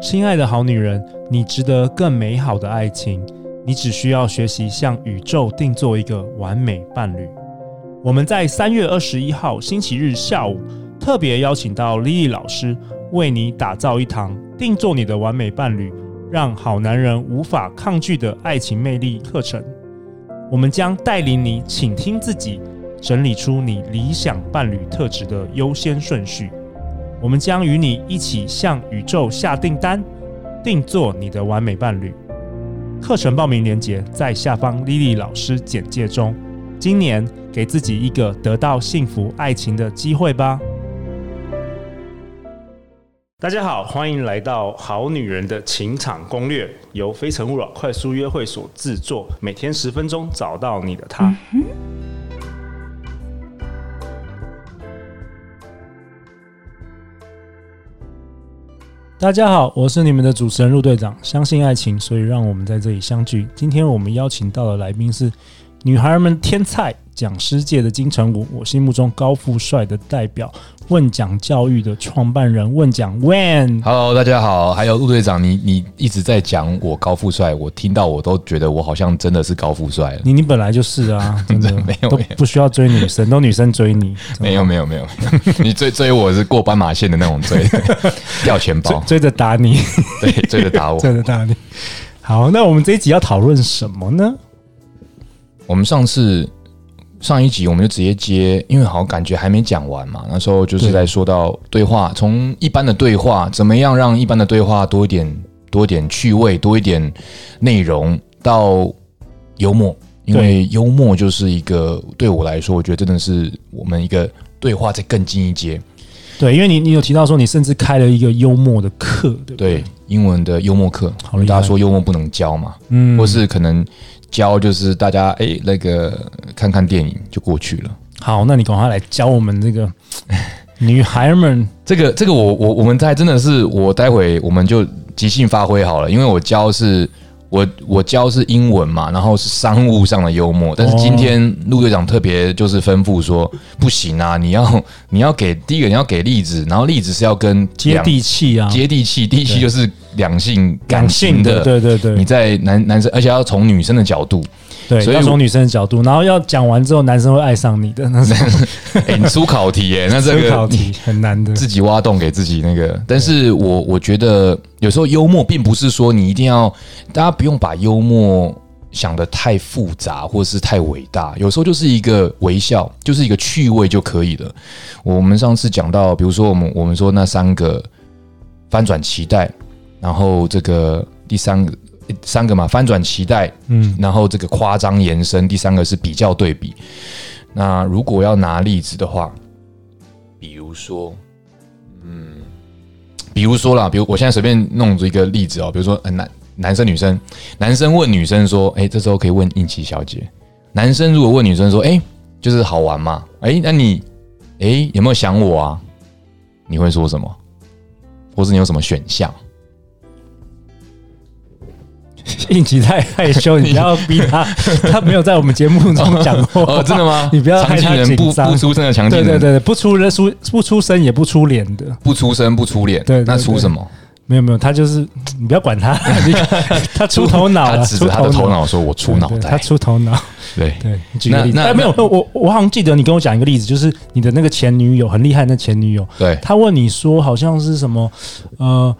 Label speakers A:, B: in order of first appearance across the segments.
A: 亲爱的好女人，你值得更美好的爱情。你只需要学习向宇宙定做一个完美伴侣。我们在三月二十一号星期日下午特别邀请到 Lily 老师，为你打造一堂定做你的完美伴侣，让好男人无法抗拒的爱情魅力课程。我们将带领你倾听自己，整理出你理想伴侣特质的优先顺序。我们将与你一起向宇宙下订单，定做你的完美伴侣。课程报名链接在下方 Lily 老师简介中。今年给自己一个得到幸福爱情的机会吧。大家好，欢迎来到《好女人的情场攻略》，由非诚勿扰快速约会所制作，每天十分钟，找到你的他。大家好，我是你们的主持人陆队长。相信爱情，所以让我们在这里相聚。今天我们邀请到的来宾是女孩们天菜讲师界的金城武，我心目中高富帅的代表，问讲教育的创办人，问讲 When。
B: Hello，大家好，还有陆队长，你你一直在讲我高富帅，我听到我都觉得我好像真的是高富帅了。
A: 你你本来就是啊， 真的
B: 没有
A: 都
B: 没有
A: 不需要追女生，都女生追你，
B: 没有没有没有，没有 你追追我是过斑马线的那种追，掉钱包，
A: 追着打你，
B: 对，追着打 我。
A: 追着打你。好，那我们这一集要讨论什么呢？
B: 我们上次上一集我们就直接接，因为好像感觉还没讲完嘛，那时候就是在说到对话，从一般的对话怎么样让一般的对话多一点多一点趣味，多一点内容，到幽默，因为幽默就是一个对我来说，我觉得真的是我们一个对话再更进一阶。
A: 对，因为你你有提到说你甚至开了一个幽默的课，对不对？
B: 对，英文的幽默课，
A: 好厉害
B: 大家说幽默不能教嘛，
A: 嗯
B: 或是可能教就是大家哎、那个看看电影就过去了。
A: 好，那你赶快来教我们这 个女孩们。
B: 这个这个我我我们在真的是我待会我们就即兴发挥好了，因为我教是我我教是英文嘛，然后是商务上的幽默，但是今天陆队长特别就是吩咐说不行啊，你要你要给第一个你要给例子，然后例子是要跟
A: 接
B: 两
A: 地气啊，
B: 接地气，地气就是两性
A: 感性的，对对
B: 你
A: 对
B: 在男男生，而且要从女生的 角度，
A: 对，
B: 所以
A: 要从
B: 我
A: 女生的角度，然后要讲完之后，男生会爱上你的，那 是
B: 哎、你出考题耶、那这个
A: 思考题很难的。
B: 自己挖洞给自己那个。但是我我觉得有时候幽默并不是说你一定要，大家不用把幽默想得太复杂或是太伟大，有时候就是一个微笑，就是一个趣味就可以了。我们上次讲到，比如说我们我们说那三个翻转期待，然后这个第三个。三个嘛，翻转期待，
A: 嗯，
B: 然后这个夸张延伸，第三个是比较对比。那如果要拿例子的话，比如说，嗯，比如说啦，比如我现在随便弄出一个例子哦，比如说，呃、男男生女生，男生问女生说，哎、这时候可以问应琪小姐。男生如果问女生说，哎、就是好玩嘛，哎、那你，哎、有没有想我啊？你会说什么？或是你有什么选 项？
A: 应急太害羞，你不要逼 他，他没有在我们节目中讲过话？
B: 哦，真的吗
A: 你不要害他
B: 强劲人不
A: 紧张
B: 不出声的强劲
A: 对
B: 人，
A: 对对，不出人出不出声也不出脸的，
B: 不出声不出脸，
A: 对对
B: 那出什么？
A: 没有没有，他就是你不要 管他，你他出头脑
B: 他
A: 了，
B: 指着他的头脑说：“我出脑
A: 对对他
B: 袋。
A: 出头脑。
B: 对”
A: 对，你举个例子，
B: 那那
A: 哎，没有，我我好像记得你跟我讲一个例子，就是你的那个前女友很厉害，那前女友，
B: 对
A: 她问你说好像是什么，呃，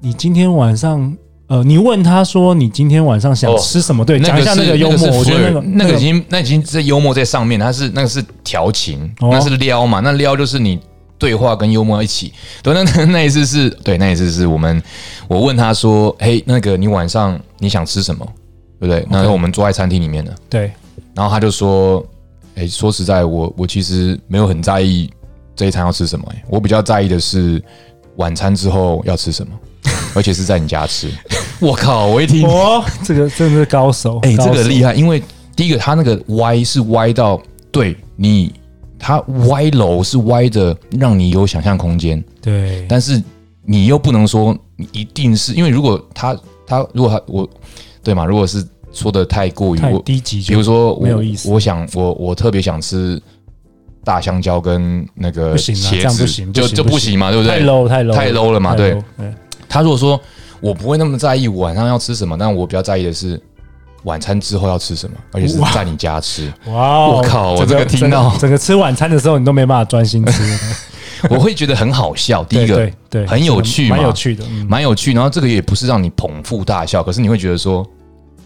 A: 你今天晚上，呃，你问她说你今天晚上想
B: 哦
A: 吃什么？对，
B: 那
A: 讲一
B: 个
A: 下那
B: 是
A: 个幽
B: 是
A: 默，我觉得那
B: flirt，
A: 个
B: 那个已经那已经是幽默在上面，它是那个是调情，
A: 哦
B: 那是撩嘛，那撩就是你对话跟幽默一起。对，那那那一次是对，那一次是我们我问他说：“嘿，那个你晚上你想吃什么？”对不对？那时候我们坐在餐厅里面的，
A: 对，
B: 然后他就说：“哎、说实在，我我其实没有很在意这一餐要吃什么、哎我比较在意的是晚餐之后要吃什么，而且是在你家吃。” 我靠！我一听，
A: 哦，这个真的是高手，
B: 哎、这
A: 高
B: 个
A: 手
B: 厉害，因为第一个他那个歪是歪到对你，他歪楼是歪的，让你有想象空间，
A: 对，
B: 但是你又不能说你一定是因为如果他他如果他我对嘛，如果是说的太过于
A: 太
B: 我
A: 低级就，
B: 比如说我
A: 没有意思
B: 我想我我特别想吃大香蕉跟那个
A: 不行啊
B: 茄
A: 这样
B: 子，
A: 不行不
B: 就
A: 行
B: 就
A: 不
B: 不行嘛，对不对？
A: 太 low 太 low
B: 太 low 了嘛
A: 太
B: 对
A: low，对，
B: 他如果说我不会那么在意晚上要吃什么，但我比较在意的是晚餐之后要吃什么，而且是在你家 吃。
A: 哇哦！
B: 我靠我
A: 整
B: 这个听到
A: 整个整个吃晚餐的时候，你都没办法专心吃。
B: 我会觉得很好笑。 第一个，
A: 对对，对
B: 很有趣嘛
A: 蛮有趣的。嗯，
B: 蛮有趣，然后这个也不是让你捧腹大笑，可是你会觉得说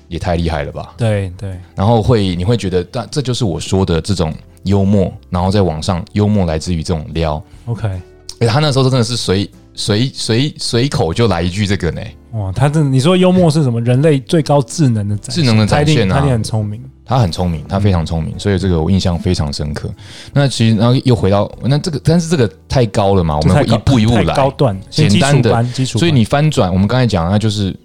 B: 也太厉害了吧，
A: 对对，
B: 然后会你会觉得，但这就是我说的这种幽默，然后在网上幽默来自于这种撩，
A: OK，
B: 而他那时候真的是随随随随口就来一句这个呢，
A: 哇，哦他这你说幽默是什么？人类最高智能的展现，
B: 智能的
A: 他一
B: 展
A: 定
B: 现
A: 他一定
B: 啊
A: 很，聪明。
B: 他很聪明，他非常
A: 嗯
B: 聪明，所以这个我印象非常深刻。那其实然后又回到那这个，但是这个太高了嘛，我
A: 这
B: 们
A: 太
B: 会一
A: 高
B: 步一步
A: 太
B: 来，
A: 高段，先
B: 简单
A: 基
B: 的
A: 础班基础班，
B: 所以你翻转，我们刚才讲，那就是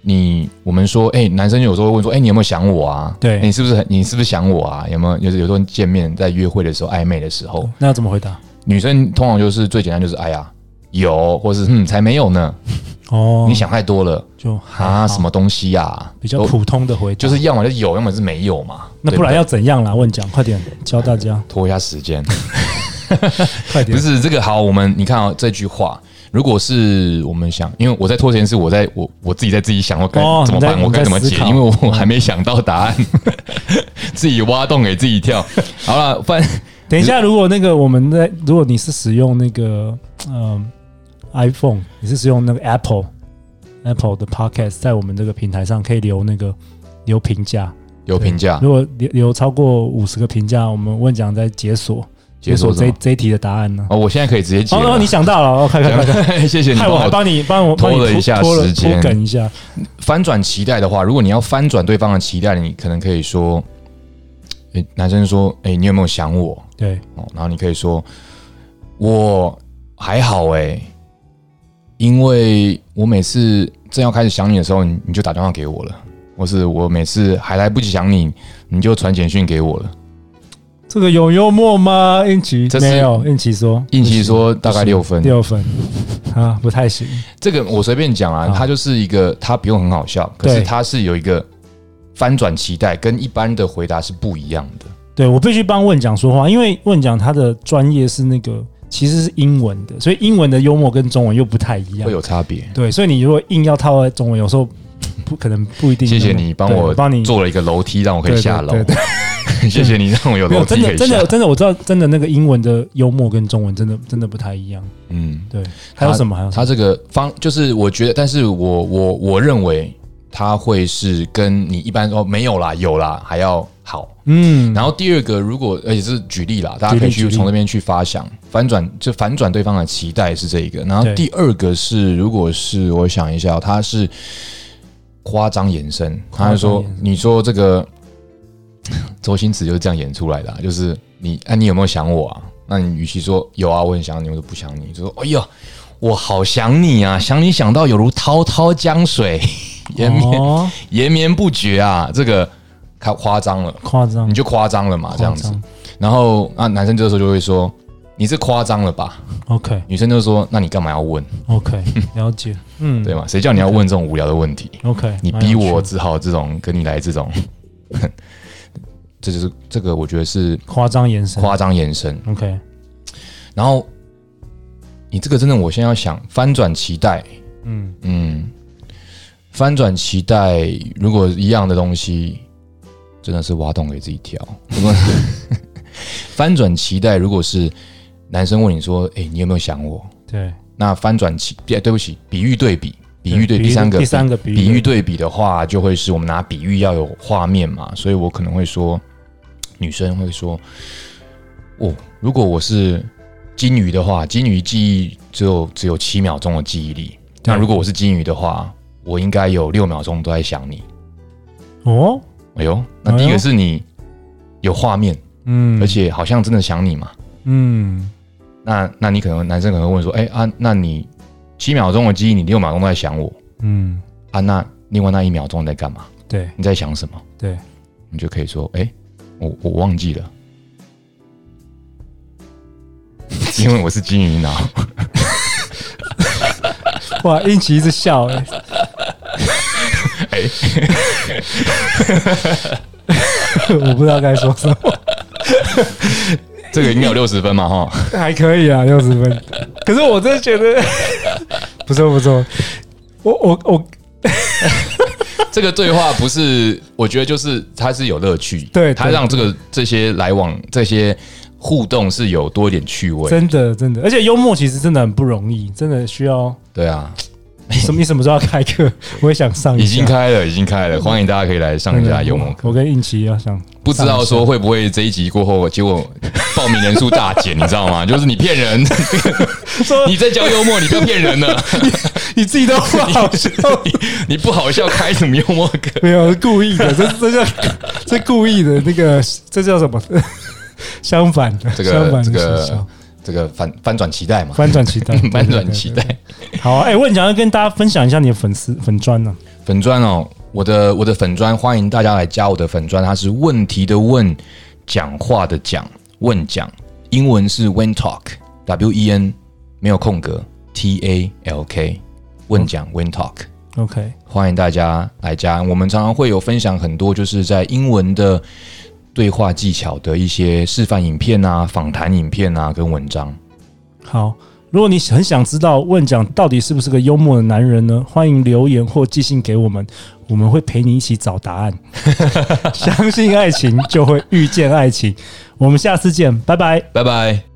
B: 你，我们说，哎、男生有时候会问说，哎、你有没有想我啊？
A: 对
B: 哎你是不是很，你是不是想我啊？有没有？就是有时候见面在约会的时候，暧昧的时候，
A: 那要怎么回答？
B: 女生通常就是最简单，就是哎呀，有，或是嗯，才没有呢，
A: 哦，
B: 你想太多了
A: 就还
B: 啊，
A: 好
B: 什么东西呀、
A: 比较
B: 都
A: 普通的回答，
B: 就是要么就有，要么是没有嘛。
A: 哦那
B: 对
A: 不然
B: 对
A: 要怎样啦？问讲，快点教大家，
B: 拖一下时间。
A: 快
B: 不
A: 点。
B: 是这个好，我们你看哦，这句话，如果是我们想，因为我在拖时间是我在我我自己在自己想我该
A: 哦
B: 怎么办，
A: 你在
B: 我该怎么
A: 你在
B: 解
A: 思，考
B: 因为我我还没想到答 案，自己挖洞给自己跳。好了，翻
A: 等一下，如果那个我们在，如果你是使用那个嗯 iPhone，你是使用那个 Apple Apple 的 Podcast，在我们这个平台上可以留那个留评价，
B: 有评价
A: 如果留留超过五十个评价，我们问讲再解锁
B: 解锁什
A: 这
B: 么？
A: 这一题的答案呢？
B: 哦，我现在可以直接解
A: 哦，
B: 了。
A: 哦你想到了，哦，快快快快，
B: 谢谢你
A: 害
B: 帮
A: 我还
B: 我
A: 帮你帮我帮你
B: 拖了一下
A: 拖
B: 时间
A: 拖梗一下，
B: 翻转期待的话，如果你要翻转对方的期待，你可能可以说，诶男生说，哎、你有没有想我？
A: 对，
B: 哦，然后你可以说我还好哎、因为我每次正要开始想你的时候，你你就打电话给我了，或是我每次还来不及想你，你就传简讯给我了。
A: 这个有幽默吗？应奇
B: 这是
A: 没有，应奇说，
B: 应期说大概六分，
A: 六分啊，不太行。
B: 这个我随便讲啊
A: 好，
B: 它就是一个它不用很好笑，可
A: 对
B: 是它是有一个翻转期待，跟一般的回答是不一样的。
A: 对我必须帮问讲说话，因为问讲他的专业是那个其实是英文的，所以英文的幽默跟中文又不太一样
B: 会。有差别。
A: 对，所以你如果硬要套在中文，有时候不可能不一定那
B: 谢
A: 么。
B: 谢你帮
A: 对
B: 我
A: 帮你
B: 做了一个楼梯，让我可以
A: 对
B: 下楼
A: 对。对
B: 谢谢你让我有
A: 没
B: 楼
A: 有真
B: 梯可
A: 的
B: 以
A: 真
B: 下
A: 的。真的，我知道真的那个英文的幽默跟中文真的真的不太一样。
B: 嗯，
A: 对，还有什么？还有什么
B: 他这个方就是我觉得，但是我我我认为他会是跟你一般哦没有啦，有啦还要好。
A: 嗯，
B: 然后第二个，如果而且是举例啦，大家可以
A: 举
B: 去
A: 例
B: 从这边去发想，反转就反转对方的期待是这一个。然后
A: 对
B: 第二个是，如果是我想一下哦，他是夸张延伸，
A: 夸张
B: 他就说
A: 延伸
B: 你说这个周星驰就是这样演出来的啊、就是你哎、你有没有想我啊？那你与其说有啊，我很想你，我就不想你，就说哎呦，我好想你啊，想你想到有如滔滔江水，延绵、
A: 哦，
B: 延绵不绝啊，这个太夸张了。
A: 夸张
B: 你，就夸张了嘛，这样
A: 夸
B: 子
A: 张。
B: 然后啊，男生这个时候就会说：“你这夸张了吧
A: OK？”
B: 女生就说：“那你干嘛要问？
A: OK，了解。嗯，
B: 对吗？谁叫你要问这种无聊的问题？
A: OK，
B: 你
A: 蛮有
B: 逼我
A: 趣
B: 只好这种跟你来这种， 这就是这个，我觉得是
A: 夸张延伸。
B: 夸张延伸。
A: OK，
B: 然后你这个真的，我现在要想翻转期待，
A: 嗯，
B: 嗯，翻转期待，如果一样的东西，真的是挖洞给自己跳。如果翻转期待，如果是男生问你说：“哎、你有没有想我
A: 对，？”
B: 那翻转期，对，对不起，比喻对比，比喻对第三个
A: 第三个比
B: 比喻对比的话，就会是我们拿比喻要有画面嘛，所以我可能会说，女生会说，哦，如果我是金鱼的话，金鱼记忆只有只有七秒钟的记忆力，
A: 对
B: 那如果我是金鱼的话，我应该有六秒钟都在想你。
A: 哦，
B: 哎呦，那第一
A: 哎呦
B: 个是你有画面，
A: 嗯，
B: 而且好像真的想你嘛，
A: 嗯，
B: 那那你可能男生可能会问说，哎、啊，那你七秒钟的记忆，你六秒钟都在想我
A: 嗯，
B: 啊，那另外那一秒钟你在干嘛？
A: 对
B: 你在想什么？
A: 对，
B: 你就可以说：“哎、我我忘记了， 因为我是金鱼脑。
A: 哇，英奇一直 笑、
B: 哎
A: 欸， 我不知道该说什么，”
B: 这个应该有六十分嘛？哈，
A: 还可以啊，六十分，可是我真的觉得 不错不错。我我我，
B: 这个对话不是，我觉得就是它是有乐趣，
A: 对
B: 它
A: 对
B: 让这个这些来往这些互动是有多一点趣味，
A: 真的真的，而且幽默其实真的很不容易，真的需 要
B: 对啊，
A: 你什么？你什么时候要开 课？我也想上一下。嗯
B: 已经开了，已经开了，欢迎大家可以来上一下幽默课。
A: 我跟应琪要上，
B: 不知道说会不会这一集过后，结果报名人数大减，你知道吗？就是你骗人，
A: 说
B: 你在教幽默，你不要骗人了，
A: 你自己都不好笑，
B: 你你不好笑开什么幽默课？
A: 没有是故意的，这这叫 这故意的那个，这叫什么？ 相反的，
B: 这
A: 相
B: 个
A: 反
B: 这
A: 的学
B: 个
A: 校
B: 这个反翻转期待嘛，
A: 翻转期待，
B: 翻转期
A: 对。对
B: 待
A: 对。对好啊，哎，我很想要跟大家分享一下你的粉丝粉砖呢。
B: 粉砖哦，我的我的粉砖，欢迎大家来加我的粉砖，它是问题的问，讲话的讲，问讲，英文是 when talk，W E N 没有空格 T A L K，问讲 when talk。
A: OK，
B: 欢迎大家来加。我们常常会有分享很多，就是在英文的对话技巧的一些示范影片啊、访谈影片啊跟文章。
A: 好。如果你很想知道问讲到底是不是个幽默的男人呢？欢迎留言或寄信给我们，我们会陪你一起找答案。 相信爱情，就会遇见爱情。我们下次见，拜拜。
B: 拜拜。